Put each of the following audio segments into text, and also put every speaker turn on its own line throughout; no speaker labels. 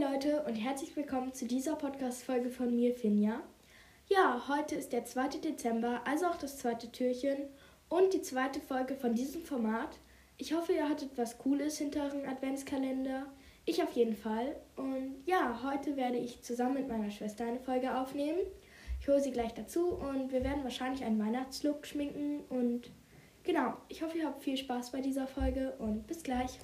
Leute und herzlich willkommen zu dieser Podcast-Folge von mir, Finja. Ja, heute ist der 2. Dezember, also auch das zweite Türchen und die zweite Folge von diesem Format. Ich hoffe, ihr hattet was Cooles hinter euren Adventskalender. Ich auf jeden Fall. Und ja, heute werde ich zusammen mit meiner Schwester eine Folge aufnehmen. Ich hole sie gleich dazu und wir werden wahrscheinlich einen Weihnachtslook schminken. Und genau, ich hoffe, ihr habt viel Spaß bei dieser Folge und bis gleich.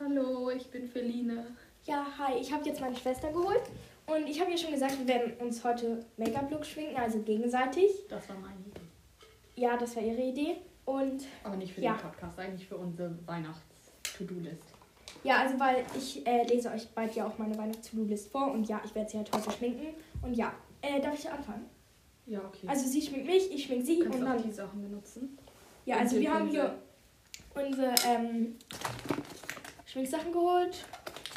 Hallo, ich bin Feline.
Ja, hi, ich habe jetzt meine Schwester geholt und ich habe ja schon gesagt, wir werden uns heute Make-up-Look schminken, also gegenseitig.
Das war meine Idee.
Ja, das war ihre Idee. Und
Aber nicht für
Ja.
den Podcast, eigentlich für unsere Weihnachts-To-Do-List.
ja, also weil ich äh, lese euch bald ja auch meine Weihnachts-To-Do-List vor und ja, ich werde sie halt heute schminken. Und ja, äh, darf ich anfangen?
Ja, okay.
Also sie schminkt mich, ich schmink sie
du kannst
und
auch
dann.
die Sachen benutzen.
Ja,
und
also
den
wir haben
Pinsel.
hier unsere ähm, Schminksachen geholt.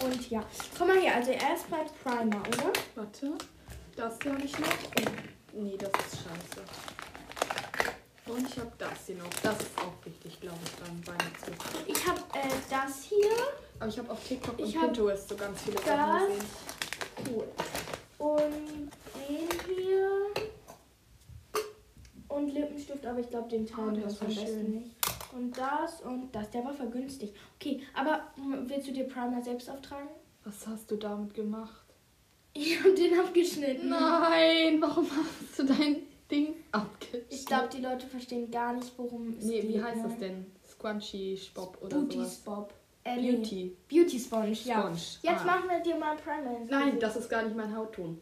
Und ja, komm mal her, also erstmal Primer, oder?
Warte, das hier habe ich noch. Oh, nee, das ist scheiße. Und ich habe das hier noch. Das ist auch wichtig, glaube ich, beim Weihnachtsfest.
Ich habe äh, das hier.
Aber ich habe auf TikTok und
Ich hab
Pinterest so ganz viele
das.
Sachen gesehen.
Cool. Und den hier. Und Lippenstift, aber ich glaube, den
Ah,
trauen
der
wir
ist
uns am
voll schön.
besten nicht. Und das und das. Der war vergünstigt. Okay, aber mm, willst du dir Primer selbst auftragen?
Was hast du damit gemacht?
Ich habe den abgeschnitten.
Nein, warum hast du dein Ding abgeschnitten?
Ich glaube, die Leute verstehen gar nicht, worum es
Nee,
geht.
wie heißt das
ne?
denn? Squanchy Spop oder
Beauty
sowas?
Spop. Äh, nee.
Beauty
Beauty Sponge, ja.
Sponge.
Jetzt
Ah.
machen wir dir mal einen Primer ins
Nein,
Gesicht.
das ist gar nicht mein Hautton.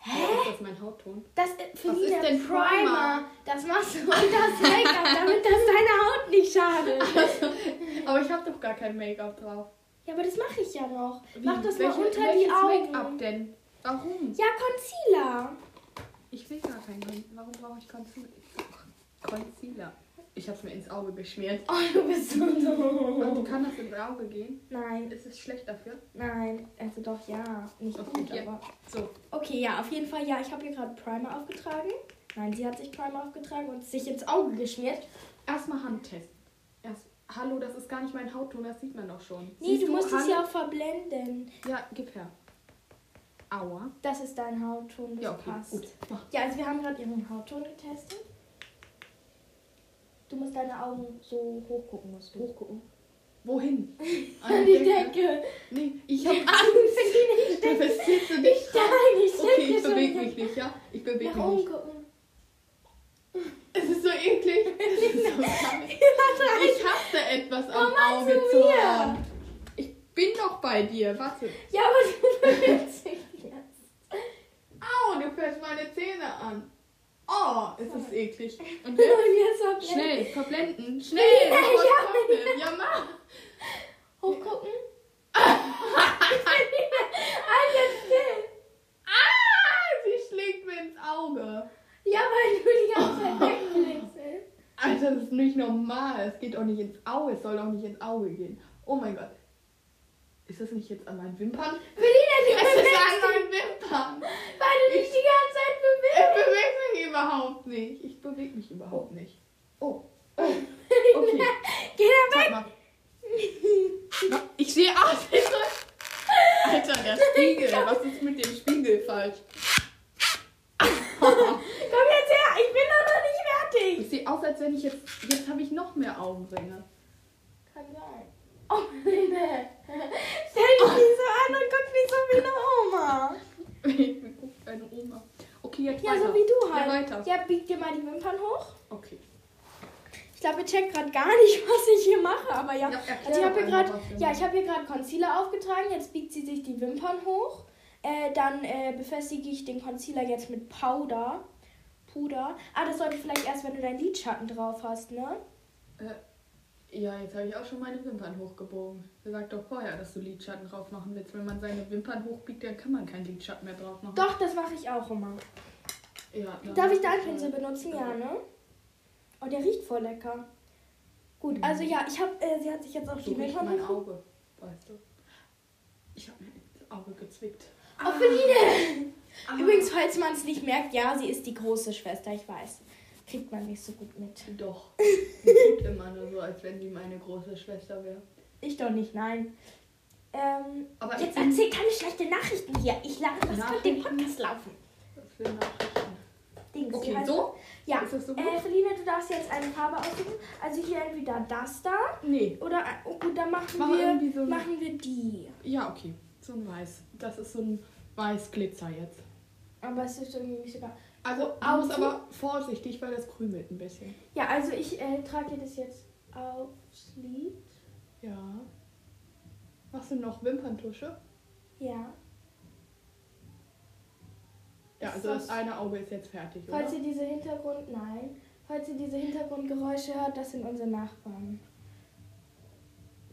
Hä? Ist das mein Hautton?
Das ist für
Was
die
ist
der
denn Primer?
Das machst du unter das Make-up, damit das deine Haut nicht schadet.
Aber ich habe doch gar kein Make-up drauf.
Ja, aber das mache ich ja noch.
Wie?
Mach das
Welche-
mal unter die
welches
Augen.
Make-up denn? Warum?
Ja, Concealer.
Ich will gar kein Con- Warum brauche ich Concealer? Concealer. Ich habe es mir ins Auge geschmiert.
Oh, du bist so
Und
doof.
kann das ins Auge gehen?
Nein,
Ist es schlecht dafür?
nein. Also doch, ja. Nicht
Okay,
gut,
ja.
aber...
So,
Okay, ja, auf jeden Fall. Ja, ich habe hier gerade Primer aufgetragen. Nein, sie hat sich Primer aufgetragen und sich ins Auge geschmiert.
erstmal Handtest. Erst, hallo, das ist gar nicht mein Hautton, das sieht man doch schon.
Nee, du, musst es
Hand-
ja auch verblenden.
Ja, gib her. Aua.
Das ist dein Hautton, das
Ja, okay.
passt.
Gut. Mach.
Ja, also wir haben gerade ihren Hautton getestet. Du musst deine Augen so hoch gucken, musst du.
Hochgucken. Ah, Wohin?
An die Decke.
Nee, ich hab
Angst.
Da verstehst du dich.
Nein, ich
Okay,
denke
ich
schon.
bewege mich nicht, ja? Ich bewege
Nach
mich
oben
nicht.
gucken.
Es ist so eklig. Es ist so kalt. ich hasse etwas am
mal
Auge
zu
zu
mir.
haben. Ich bin doch bei dir. Warte.
Ja, aber du bewegst dich nicht.
Au, du fährst meine Zähne an. Oh, es ist eklig. Und
Und
jetzt?
jetzt hab ich-
Schnell, verblenden. Schnell.
Ja, ich
bevor es
hab mich-
trocknet. Ja, mach.
Hochgucken. Alles still.
Ah, sie schlägt mir ins Auge.
Ja, weil du die ganze Zeit wegblickst.
Alter, das ist nicht normal. Es geht auch nicht ins Auge. Es soll doch nicht ins Auge gehen. Oh mein Gott. Ist das nicht jetzt an meinen Wimpern?
Melina, du
Es ist an
bewegst dich,
meinen Wimpern.
weil du dich die ganze Zeit
Ich
bewegst.
bewege mich überhaupt nicht. Ich bewege mich überhaupt nicht. Oh. Oh. Okay.
Geh da
Zeig
weg.
mal. Ich sehe aus. wie so- Alter, der Spiegel. Was ist mit dem Spiegel falsch?
Komm jetzt her, ich bin doch noch nicht fertig.
Ich sehe aus, als wenn ich jetzt. Jetzt habe ich noch mehr Augenringe.
Kann sein. Oh, Melina. Stell
Oh.
dich nicht so an und guck nicht so wie eine Oma.
Wie guckt eine Oma? Okay, jetzt
Ja,
weiter.
so wie du halt.
Ja, weiter.
Ja, bieg dir mal die Wimpern hoch.
Okay.
Ich glaube, ihr checkt gerade gar nicht, was ich hier mache, aber ja.
Ja, erklär
also ich
doch
habe hier
einmal,
gerade
was wir
ja, ich hab hier gerade Concealer aufgetragen, jetzt biegt sie sich die Wimpern hoch. Äh, dann äh, befestige ich den Concealer jetzt mit Powder. Puder. Ah, das sollte ich vielleicht erst, wenn du deinen Lidschatten drauf hast, ne?
Äh, ja, jetzt habe ich auch schon meine Wimpern hochgebogen. Du sagst doch vorher, dass du Lidschatten drauf machen willst. Wenn man seine Wimpern hochbiegt, dann kann man keinen Lidschatten mehr drauf machen.
Doch, das mache ich auch immer.
Ja, dann-
Darf ich deinen Pinsel benutzen? Ja, ne? Oh, der riecht voll lecker.
Mhm.
Gut, also ja, ich habe, äh, sie hat sich jetzt auch
So
die
riecht
Wimpern
mein
hoch.
Auge, weißt du. Ich habe mir ins Auge gezwickt.
Opheline! Übrigens, falls man es nicht merkt, ja, sie ist die große Schwester, ich weiß. Kriegt man nicht so gut mit.
Doch. Sie tut immer nur so, als wenn sie meine große Schwester wäre.
Ich doch nicht, nein. Ähm,
Aber
jetzt
ich bin-
erzähl keine schlechten Nachrichten hier. Ich lasse das mit dem
Nachrichten?
Podcast laufen.
Was für Nachrichten.
Dings,
Okay,
wie heißt
so?
das? Ja.
Ist das so gut?
äh, Feline, du darfst jetzt eine Farbe aussuchen. Also hier entweder das da
Nee.
oder ein- oh, gut, dann machen
Mach
wir
irgendwie so ein-
machen wir die.
Ja, okay. So ein Weiß. Das ist so ein Weiß-Glitzer jetzt.
Aber es ist irgendwie nicht sogar.
Also, du
Augen
musst aber vorsichtig, weil das krümelt ein bisschen.
Ja, also ich äh, trage dir das jetzt aufs Lied.
Ja. Machst du noch Wimperntusche?
Ja.
Ja,
Ist
also das
das-
eine Auge ist jetzt fertig, oder?
Falls ihr diese Hintergrund. Nein. Falls ihr diese Hintergrundgeräusche hört, das sind unsere Nachbarn.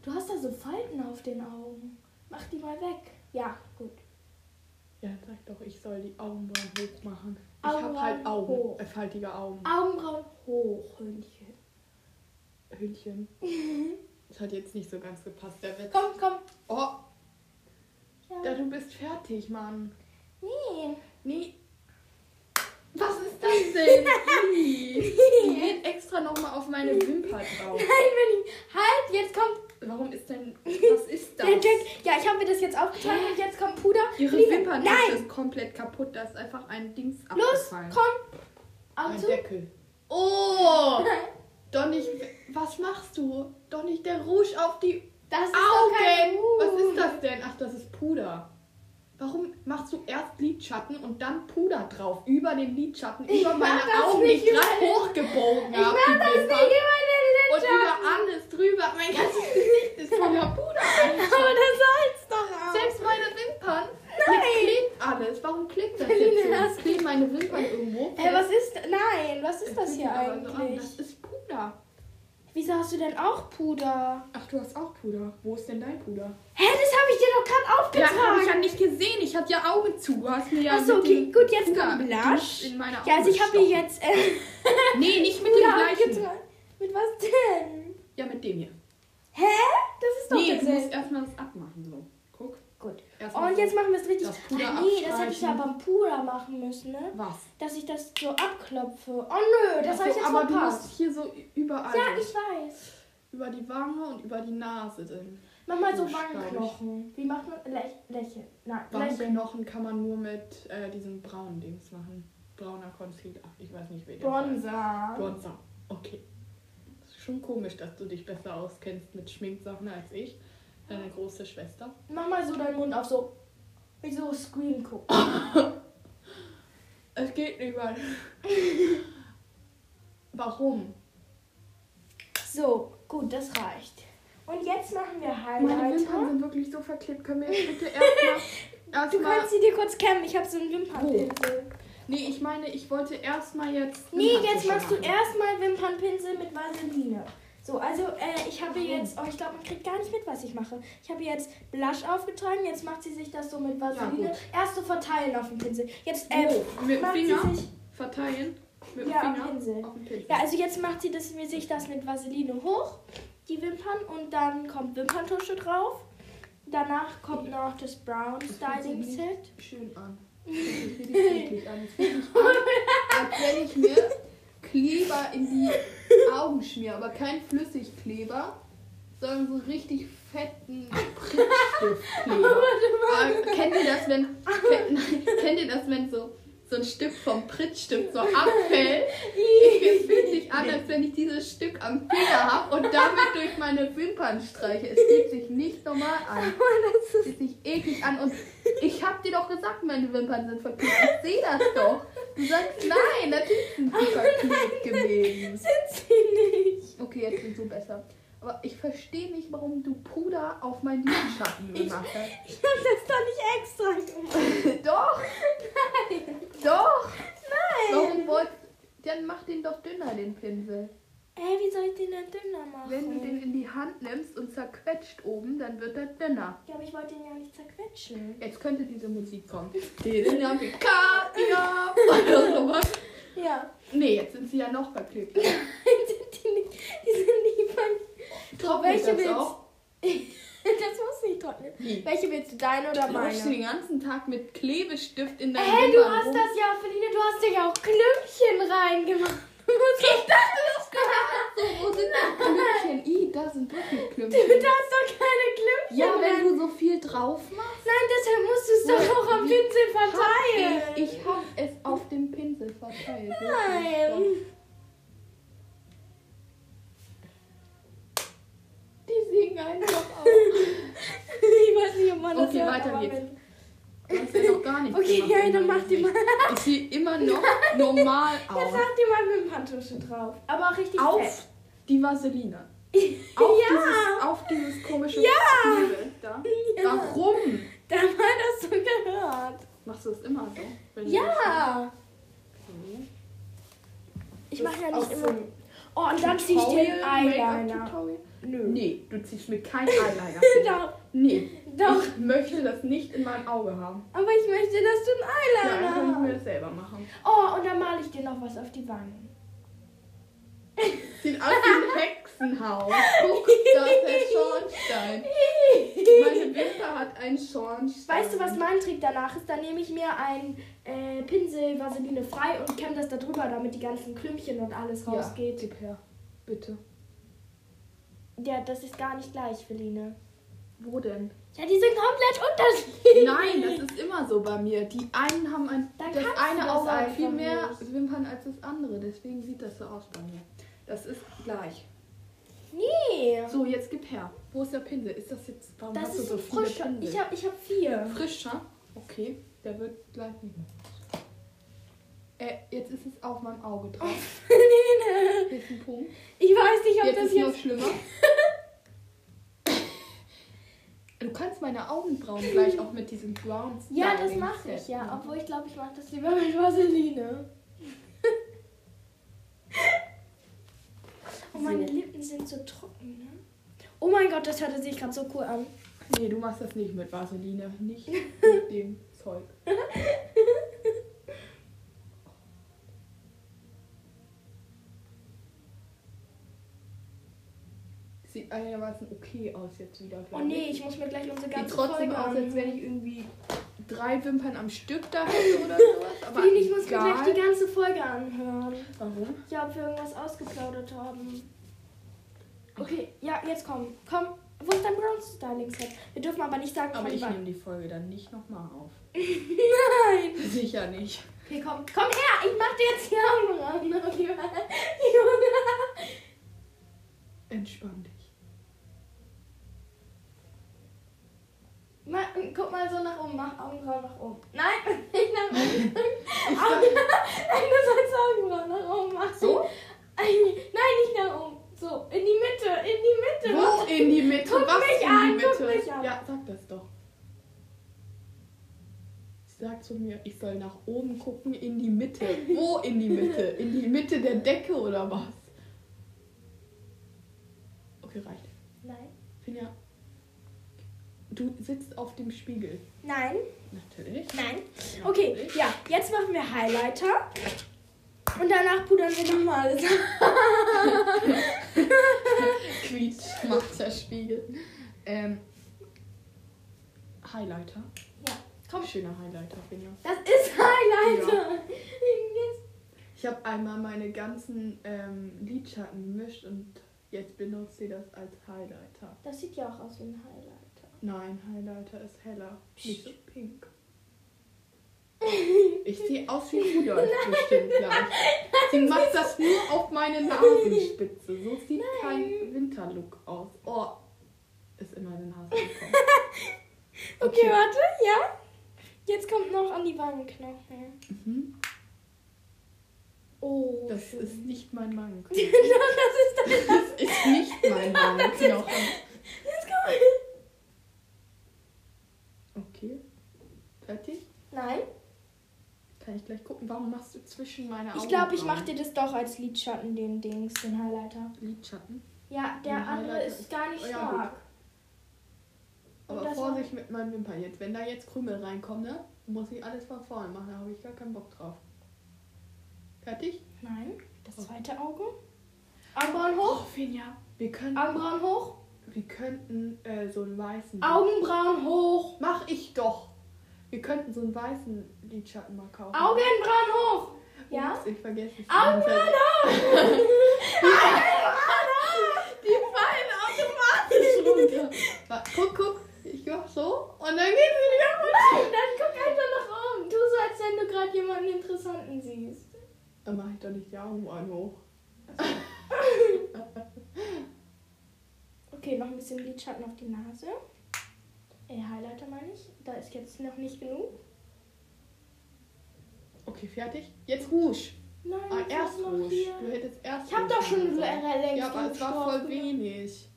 Du hast da so Falten auf den Augen. Mach die mal weg. Ja, gut.
Ja, sag doch, ich soll die Augenbrauen hoch machen. Ich
Augenbrauen
hab halt Augen,
hoch.
äh, faltige Augen.
Augenbrauen hoch, Hündchen.
Hündchen.
Mhm.
Das hat jetzt nicht so ganz gepasst, der Witz.
Komm, komm.
Oh, ja,
Ja.
du bist fertig, Mann.
Nee.
Nee. Was ist das denn? Nee. Die geht extra nochmal auf meine Wimper drauf.
Nein, Willi. Halt, jetzt kommt
Warum ist denn. Was ist das?
der Jack. Ja, ich habe mir das jetzt aufgeteilt und jetzt kommt Puder.
Ihre
Feline,
Wimpern
Nein.
ist komplett kaputt. Da ist einfach ein Dings
Los,
abgefallen.
komm. Augen
Ein
zu.
Deckel. Oh! Donny, was machst du? Donny, der Rouge auf die
Das ist doch kein
Augen!
Hut.
Was ist das denn? Ach, das ist Puder. Warum machst du erst Lidschatten und dann Puder drauf? Über den Lidschatten,
Ich
über meine
mach das
Augen,
nicht
die ich
über
gerade
den-
hochgebogen
Ich
habe.
mach das nicht über den
Und
Lidschatten.
über alles drüber. Mein ganzes Gesicht ist voller Puder.
Aber das soll's doch auch.
Selbst meine Wimpern.
Nein.
Jetzt klebt alles. Warum klebt das
Berliner
jetzt so?
Hass.
Jetzt kleben meine Wimpern irgendwo.
Ey, was ist. Nein, was ist das hier
Aber so an. Das
eigentlich?
ist Puder.
Wieso hast du denn auch Puder?
Ach, du hast auch Puder. Wo ist denn dein Puder?
Hä, das habe ich dir doch gerade
Ja, hab ich ja
aufgetragen.
nicht gesehen. Ich hatte ja Augen zu. Du hast mir ja
Achso,
mit
okay,
dem
gut, jetzt
Puder
kommt Blush.
in meine Augen
Ja, also ich habe mir
gestochen.
jetzt. Äh,
Nee, nicht mit
Puder
dem gleichen.
aufgetragen. Mit was denn?
Ja, mit dem hier.
Hä? Das ist doch
Nee, du musst
derselbe.
erstmal das abmachen. So. Guck.
Gut.
Erstmal
Und jetzt machen wir es richtig.
Das Puder
ah, nee, das hätte ich
abstreichen.
aber am Puder machen müssen, ne?
Was?
Dass ich das so abklopfe. Oh nö, das habe ich
Achso,
jetzt
aber du
verpasst.
musst hier so überall.
Ja, ich weiß.
über die Wange und über die Nase drin.
Mach mal so
Rouge, glaub ich.
Wangenknochen. Wie macht man. Läch Lächeln. Nein, Lächeln.
Wangenknochen kann man nur mit äh, diesem braunen Dings machen. Brauner Concealer. Ich weiß nicht, wer der
Bronzer.
heißt. Bronzer. Okay. Ist schon komisch, dass du dich besser auskennst mit Schminksachen als ich. Deine große Schwester.
Mach mal so deinen Mund auf, so. Wie so Scream gucken.
Es geht nicht mal. Warum?
So, gut, das reicht. Und jetzt machen wir
Meine Wimpern
Highlighter.
sind wirklich so verklebt. Können wir jetzt bitte erstmal.
Du
erstmal
kannst sie dir kurz kämmen, ich habe so einen Wimpernpinsel.
nee, ich meine, ich wollte erstmal jetzt.
Nee,
Wimperntusche
jetzt machst du
machen.
erstmal Wimpernpinsel mit Vaseline. So, also äh, ich habe ihr jetzt, oh, ich glaube, man kriegt gar nicht mit, was ich mache. Ich habe ihr jetzt Blush aufgetragen, jetzt macht sie sich das so mit Vaseline.
Ja,
Erst so verteilen auf dem Pinsel. Jetzt, äh,
Wo? mit dem
macht sie
Finger
sich-
verteilen. Mit
Ja, am
dem Finger
Pinsel.
auf dem Pinsel.
Ja, also jetzt macht sie das, mir sich das mit Vaseline hoch, die Wimpern, und dann kommt Wimperntusche drauf. Danach kommt noch das Brown Styling Set.
schön an. Das fühlt sich richtig eklig an. Es fühlt sich an, als wenn ich mir Kleber in die Augen schmier, aber kein Flüssigkleber, sondern so richtig fetten Prittstift-Kleber. Aber Kennt ihr das, wenn kennt, kennt ihr das, wenn so so ein Stück vom Prittstift so abfällt? Ich, es fühlt sich an, als wenn ich dieses Stück am Finger habe und damit durch meine Wimpern streiche. Es fühlt sich nicht normal an.
Oh,
Es fühlt sich eklig an und ich hab dir doch gesagt, meine Wimpern sind verklebt. Ich sehe das doch. Du sagst, nein, natürlich sind sie verklebt gewesen.
Oh, Sind sie nicht?
Okay, jetzt sind so besser. Aber ich verstehe nicht, warum du Puder auf meinen Lidschatten gemacht hast.
Ich hab das doch nicht extra gemacht.
Doch! Doch!
Nein!
Warum wolltest Dann mach den doch dünner, den Pinsel.
Ey, wie soll ich den denn dünner machen?
Wenn du den in die Hand nimmst und zerquetscht oben, dann wird er dünner.
ja, aber ich wollte den ja nicht zerquetschen.
Jetzt könnte diese Musik kommen. Dynamika! Oder sowas.
Ja.
Nee, jetzt sind sie ja noch verklebt.
Nein, sind die nicht. Die sind nicht von.
Trocknet
Welche
das
willst
auch?
Das muss nicht Gott nicht.
Wie?
Welche willst du, deine oder
Du rutschst
meine?
den ganzen Tag mit Klebestift in deinem
Hey, du hast das ja, Feline, du hast dich auch Klümpchen reingemacht. Du musst doch-
Wo sind die Klümpchen? I, da sind wirklich
du hast
Klümpchen.
doch keine Klümpchen
Ja, wenn
rein.
du so viel drauf machst.
Nein, deshalb musst du es doch auch am Pinsel verteilen.
Ich, ich hab es auf dem Pinsel verteilt.
Nein.
Die singen einfach auf.
Ich weiß nicht, ob man das
Okay,
hört,
weiter
aber
geht's.
wenn-
Das ist ja noch gar nicht.
Okay, ja, dann mach die mal.
Ich sehe immer noch normal
Jetzt
aus.
mach die mal mit dem Handtuschen drauf. Aber auch richtig fett.
Auf die Vaseline. Auf,
Ja.
dieses, auf dieses komische
Ja.
Knebel da.
Ja.
Warum?
Da mal das so gehört.
Machst du das immer so? Wenn du-
Ja.
Mhm.
Ich mache ja nicht immer. Oh, und dann zieh ich den Eyeliner. Nö.
Nee, du ziehst mir keinen Eyeliner.
Doch,
Nee,
doch.
ich möchte das nicht in meinem Auge haben.
Aber ich möchte, dass du
Ja,
einen
dann kann ich mir
Eyeliner
das selber machen.
hast. Oh, und dann male ich dir noch was auf die Wangen.
Sieht aus wie ein Hexenhaus. Guck, da ist der Schornstein. Meine Wimper hat einen Schornstein.
Weißt du, was mein Trick danach ist? Dann nehme ich mir einen äh, Pinsel Vaseline frei und kämme das da drüber, damit die ganzen Klümpchen und alles
ja,
rausgeht.
Gib her, bitte.
Ja, das ist gar nicht gleich, Feline.
Wo denn?
Ja, die sind komplett unterschiedlich.
Nein, das ist immer so bei mir. Die einen haben ein,
Dann
das
kannst du
eine
das
Auge hat
einfach
viel mehr
nicht.
Wimpern als das andere. Deswegen sieht das so aus bei mir. Das ist gleich.
Nee.
So, jetzt gib her. Wo ist der Pinsel? Ist das jetzt, warum
Das
hast du
ist
so
so
viele
frisch.
Pinsel?
Ich habe ich hab vier.
Frischer? Okay, der wird gleich liegen. Äh, jetzt ist es auf meinem Auge drauf.
Feline.
Jetzt ein Punkt.
Ich weiß nicht, ob
Jetzt
das
ist noch
jetzt.
schlimmer. Du kannst meine Augenbrauen gleich auch mit diesem Brown
Ja, das
Styling
mache ich,
setzen.
ja. Obwohl ich glaube, ich mache das lieber mit Vaseline. oh, meine
So.
Lippen sind so trocken, ne? Oh mein Gott, das hörte sich gerade so cool an.
Nee, du machst das nicht mit Vaseline. Nicht mit dem Zeug. Sieht einigermaßen okay aus jetzt wieder.
Oh
glaub
nee, ich muss mir gleich unsere
Sieht
ganze
trotzdem
Folge
aus,
an.
als wenn ich irgendwie drei Wimpern am Stück da hätte oder sowas. Aber
Feline, ich muss mir
egal.
gleich die ganze Folge anhören.
Warum?
Ja, ob wir irgendwas ausgeplaudert haben. Okay, ja, jetzt komm. Komm, wo ist dein Brown Styling Set? Wir dürfen aber nicht sagen,
Aber
von
ich
wann.
nehme die Folge dann nicht nochmal auf.
Nein!
Sicher nicht.
Okay, komm, komm her! Ich mach dir jetzt die Augen ran. Okay, warte. Junge.
Entspann dich.
Mal, guck mal so nach oben, mach Augenbrauen nach oben. Nein, nicht nach oben.
Ich
Augen, nein, du sollst Augenbrauen nach oben machen.
So?
Nein, nicht nach oben. So, in die Mitte, in die Mitte.
Wo in die Mitte?
Guck
Was
mich
in
an,
die
guck
Mitte?
mich an.
Ja, sag das doch. Sie sagt zu mir, ich soll nach oben gucken, in die Mitte. Wo in die Mitte? In die Mitte der Decke oder was? Okay, reicht.
Nein.
Finja, du sitzt auf dem Spiegel.
Nein.
Natürlich.
Nein. Okay, ja, jetzt machen wir Highlighter. Und danach pudern wir nochmal alles.
Quietsch macht der Spiegel. Ähm, Highlighter.
Ja, komm.
Schöner Highlighter, Finja.
Das ist Highlighter. Jetzt-
Ich habe einmal meine ganzen ähm, Lidschatten gemischt und jetzt benutzt sie das als Highlighter.
Das sieht ja auch aus wie ein Highlighter.
Nein, Highlighter ist heller, nicht so pink. Ich sehe aus wie Rudolf bestimmt gleich. Sie macht das nur auf meine Nasenspitze. So sieht kein Winterlook aus. Oh, ist in meine Nase gekommen.
Okay, warte, ja. Jetzt kommt noch an die Wangenknochen.
Mhm.
Oh.
Das
schön.
ist nicht mein Mank.
Doch, das ist
Das ist nicht mein Mank.
das. Cool.
Okay, fertig.
Nein,
Kann ich gleich gucken, warum machst du zwischen meine Augen?
ich glaube, ich mache dir das doch als Lidschatten, den Dings, den Highlighter.
Lidschatten.
Ja, der
Den
andere
Highlighter
ist gar nicht
Oh ja,
stark. Und
Aber
das
Vorsicht mit meinen Wimpern jetzt. Wenn da jetzt Krümel reinkommen, ne, muss ich alles von vorne machen. Da habe ich gar keinen Bock drauf. Fertig? Oh.
Nein, das zweite Auge. Augenbrauen hoch.
Finja. Wir können,
Augenbrauen hoch.
Wir könnten äh, so einen weißen.
Augenbrauen hoch.
Mach ich doch. Wir könnten so einen weißen Lidschatten mal kaufen.
Augenbrauen hoch. Ja?
Ups, ich vergesse es.
Augenbrauen hoch.
Die fallen automatisch runter. Wa- Guck, guck. Ich mach so und dann geht sie wieder runter.
Dann guck einfach nach oben. Tu so, als wenn du gerade jemanden Interessanten siehst.
Dann mache ich doch nicht die Augenbrauen hoch.
Okay, noch ein bisschen Lidschatten auf die Nase. Äh, Highlighter meine ich. Da ist jetzt noch nicht genug.
Okay, fertig. Jetzt Rouge.
Nein,
Ah,
jetzt
erst
ist noch
Rouge. Du
hier.
hättest erst
Ich hab
Rouge
doch schon
machen
so
sollen.
längst
Ja, aber es war voll
gestochen.
wenig.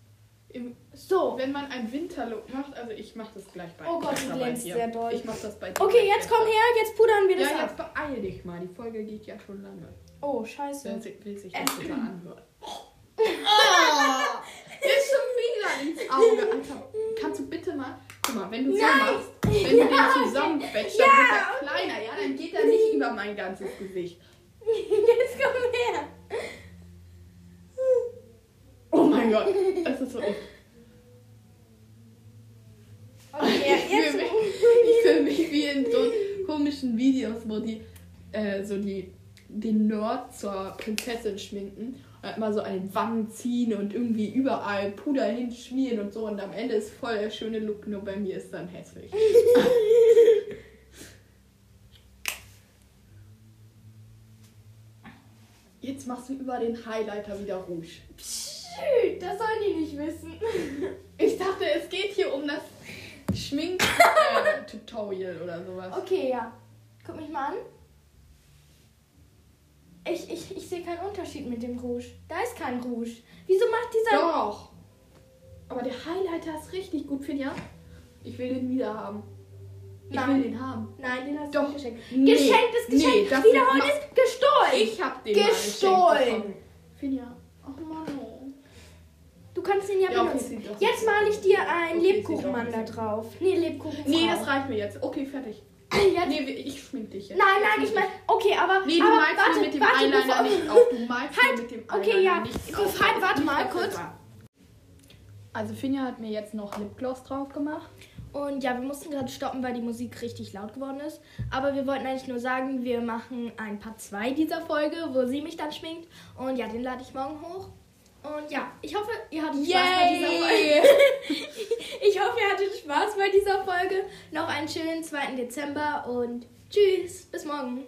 Im,
So.
wenn man einen Winterlook macht, also ich mach das gleich bei
Oh Gott,
besser
die
bei
glänzt
dir.
sehr doll.
Ich mach das bei dir.
Okay, jetzt komm her, jetzt pudern wir das
Ja,
ab.
jetzt beeil dich mal. Die Folge geht ja schon lange.
Oh,
Wenn
scheiße.
sie will sich das sogar anhören. Ah, ist schon wieder ins Auge. Alter, kannst du bitte mal. Guck mal, wenn du so
Nein.
machst, wenn du den zusammenquetscht, dann wird er kleiner, ja? Dann geht er nicht über mein ganzes Gesicht.
Jetzt komm her.
Oh mein Gott, das ist so.
Okay,
Ich
jetzt.
fühle mich, ich fühl mich wie in so komischen Videos, wo die.
äh, so die, den Nerd zur Prinzessin schminken und dann immer so an den Wangen ziehen und irgendwie überall Puder hinschmieren und so und am Ende ist voll der schöne Look, nur bei mir ist dann hässlich. Jetzt machst du über den Highlighter wieder Rouge.
Psst, das sollen die nicht wissen.
Ich dachte, es geht hier um das Schmink-Tutorial oder sowas.
Okay, ja. Guck mich mal an. Ich, ich, ich sehe keinen Unterschied mit dem Rouge. Da ist kein Rouge. Wieso macht dieser.
Doch! Aber der Highlighter ist richtig gut, Finja. Ich will den wieder haben. Ich
Nein.
will den haben.
Nein, den hast du
Doch.
nicht geschenkt.
Nee.
Geschenkt ist
Nee,
geschenkt.
das ist
Wiederholt
ma-
ist gestohlen.
Ich hab den mal
Gestohlen.
geschenkt bekommen. Finja.
Ach Mann.
du kannst ihn ja,
Ja, okay,
benutzen.
sieht doch-
Jetzt male ich dir einen
Okay,
Lebkuchenmann
sieht
da
doch-
drauf. Nee, Lebkuchen.
Nee, das reicht mir jetzt. Okay, fertig.
jetzt
Nee, ich schmink dich jetzt.
Nein, nein, ich meine, okay, aber,
Nee, du
aber
malst
warte,
mir mit dem
warte,
Eyeliner
bevor,
nicht auf. Du malst
Halt!
mir mit dem Eyeliner
Okay, ja.
nicht
Gut,
auf.
halt,
Das
warte
ist
mal
nicht
kurz.
akzeptabel. Also Finja hat mir jetzt noch Lipgloss drauf gemacht.
Und ja, wir mussten gerade stoppen, weil die Musik richtig laut geworden ist. Aber wir wollten eigentlich nur sagen, wir machen ein Part 2 dieser Folge, wo sie mich dann schminkt. Und ja, den lade ich morgen hoch. Und ja, ich hoffe, ihr hattet Spaß bei dieser Folge. Ich hoffe, ihr hattet Spaß bei dieser Folge. Noch einen schönen 2. Dezember und tschüss, bis morgen.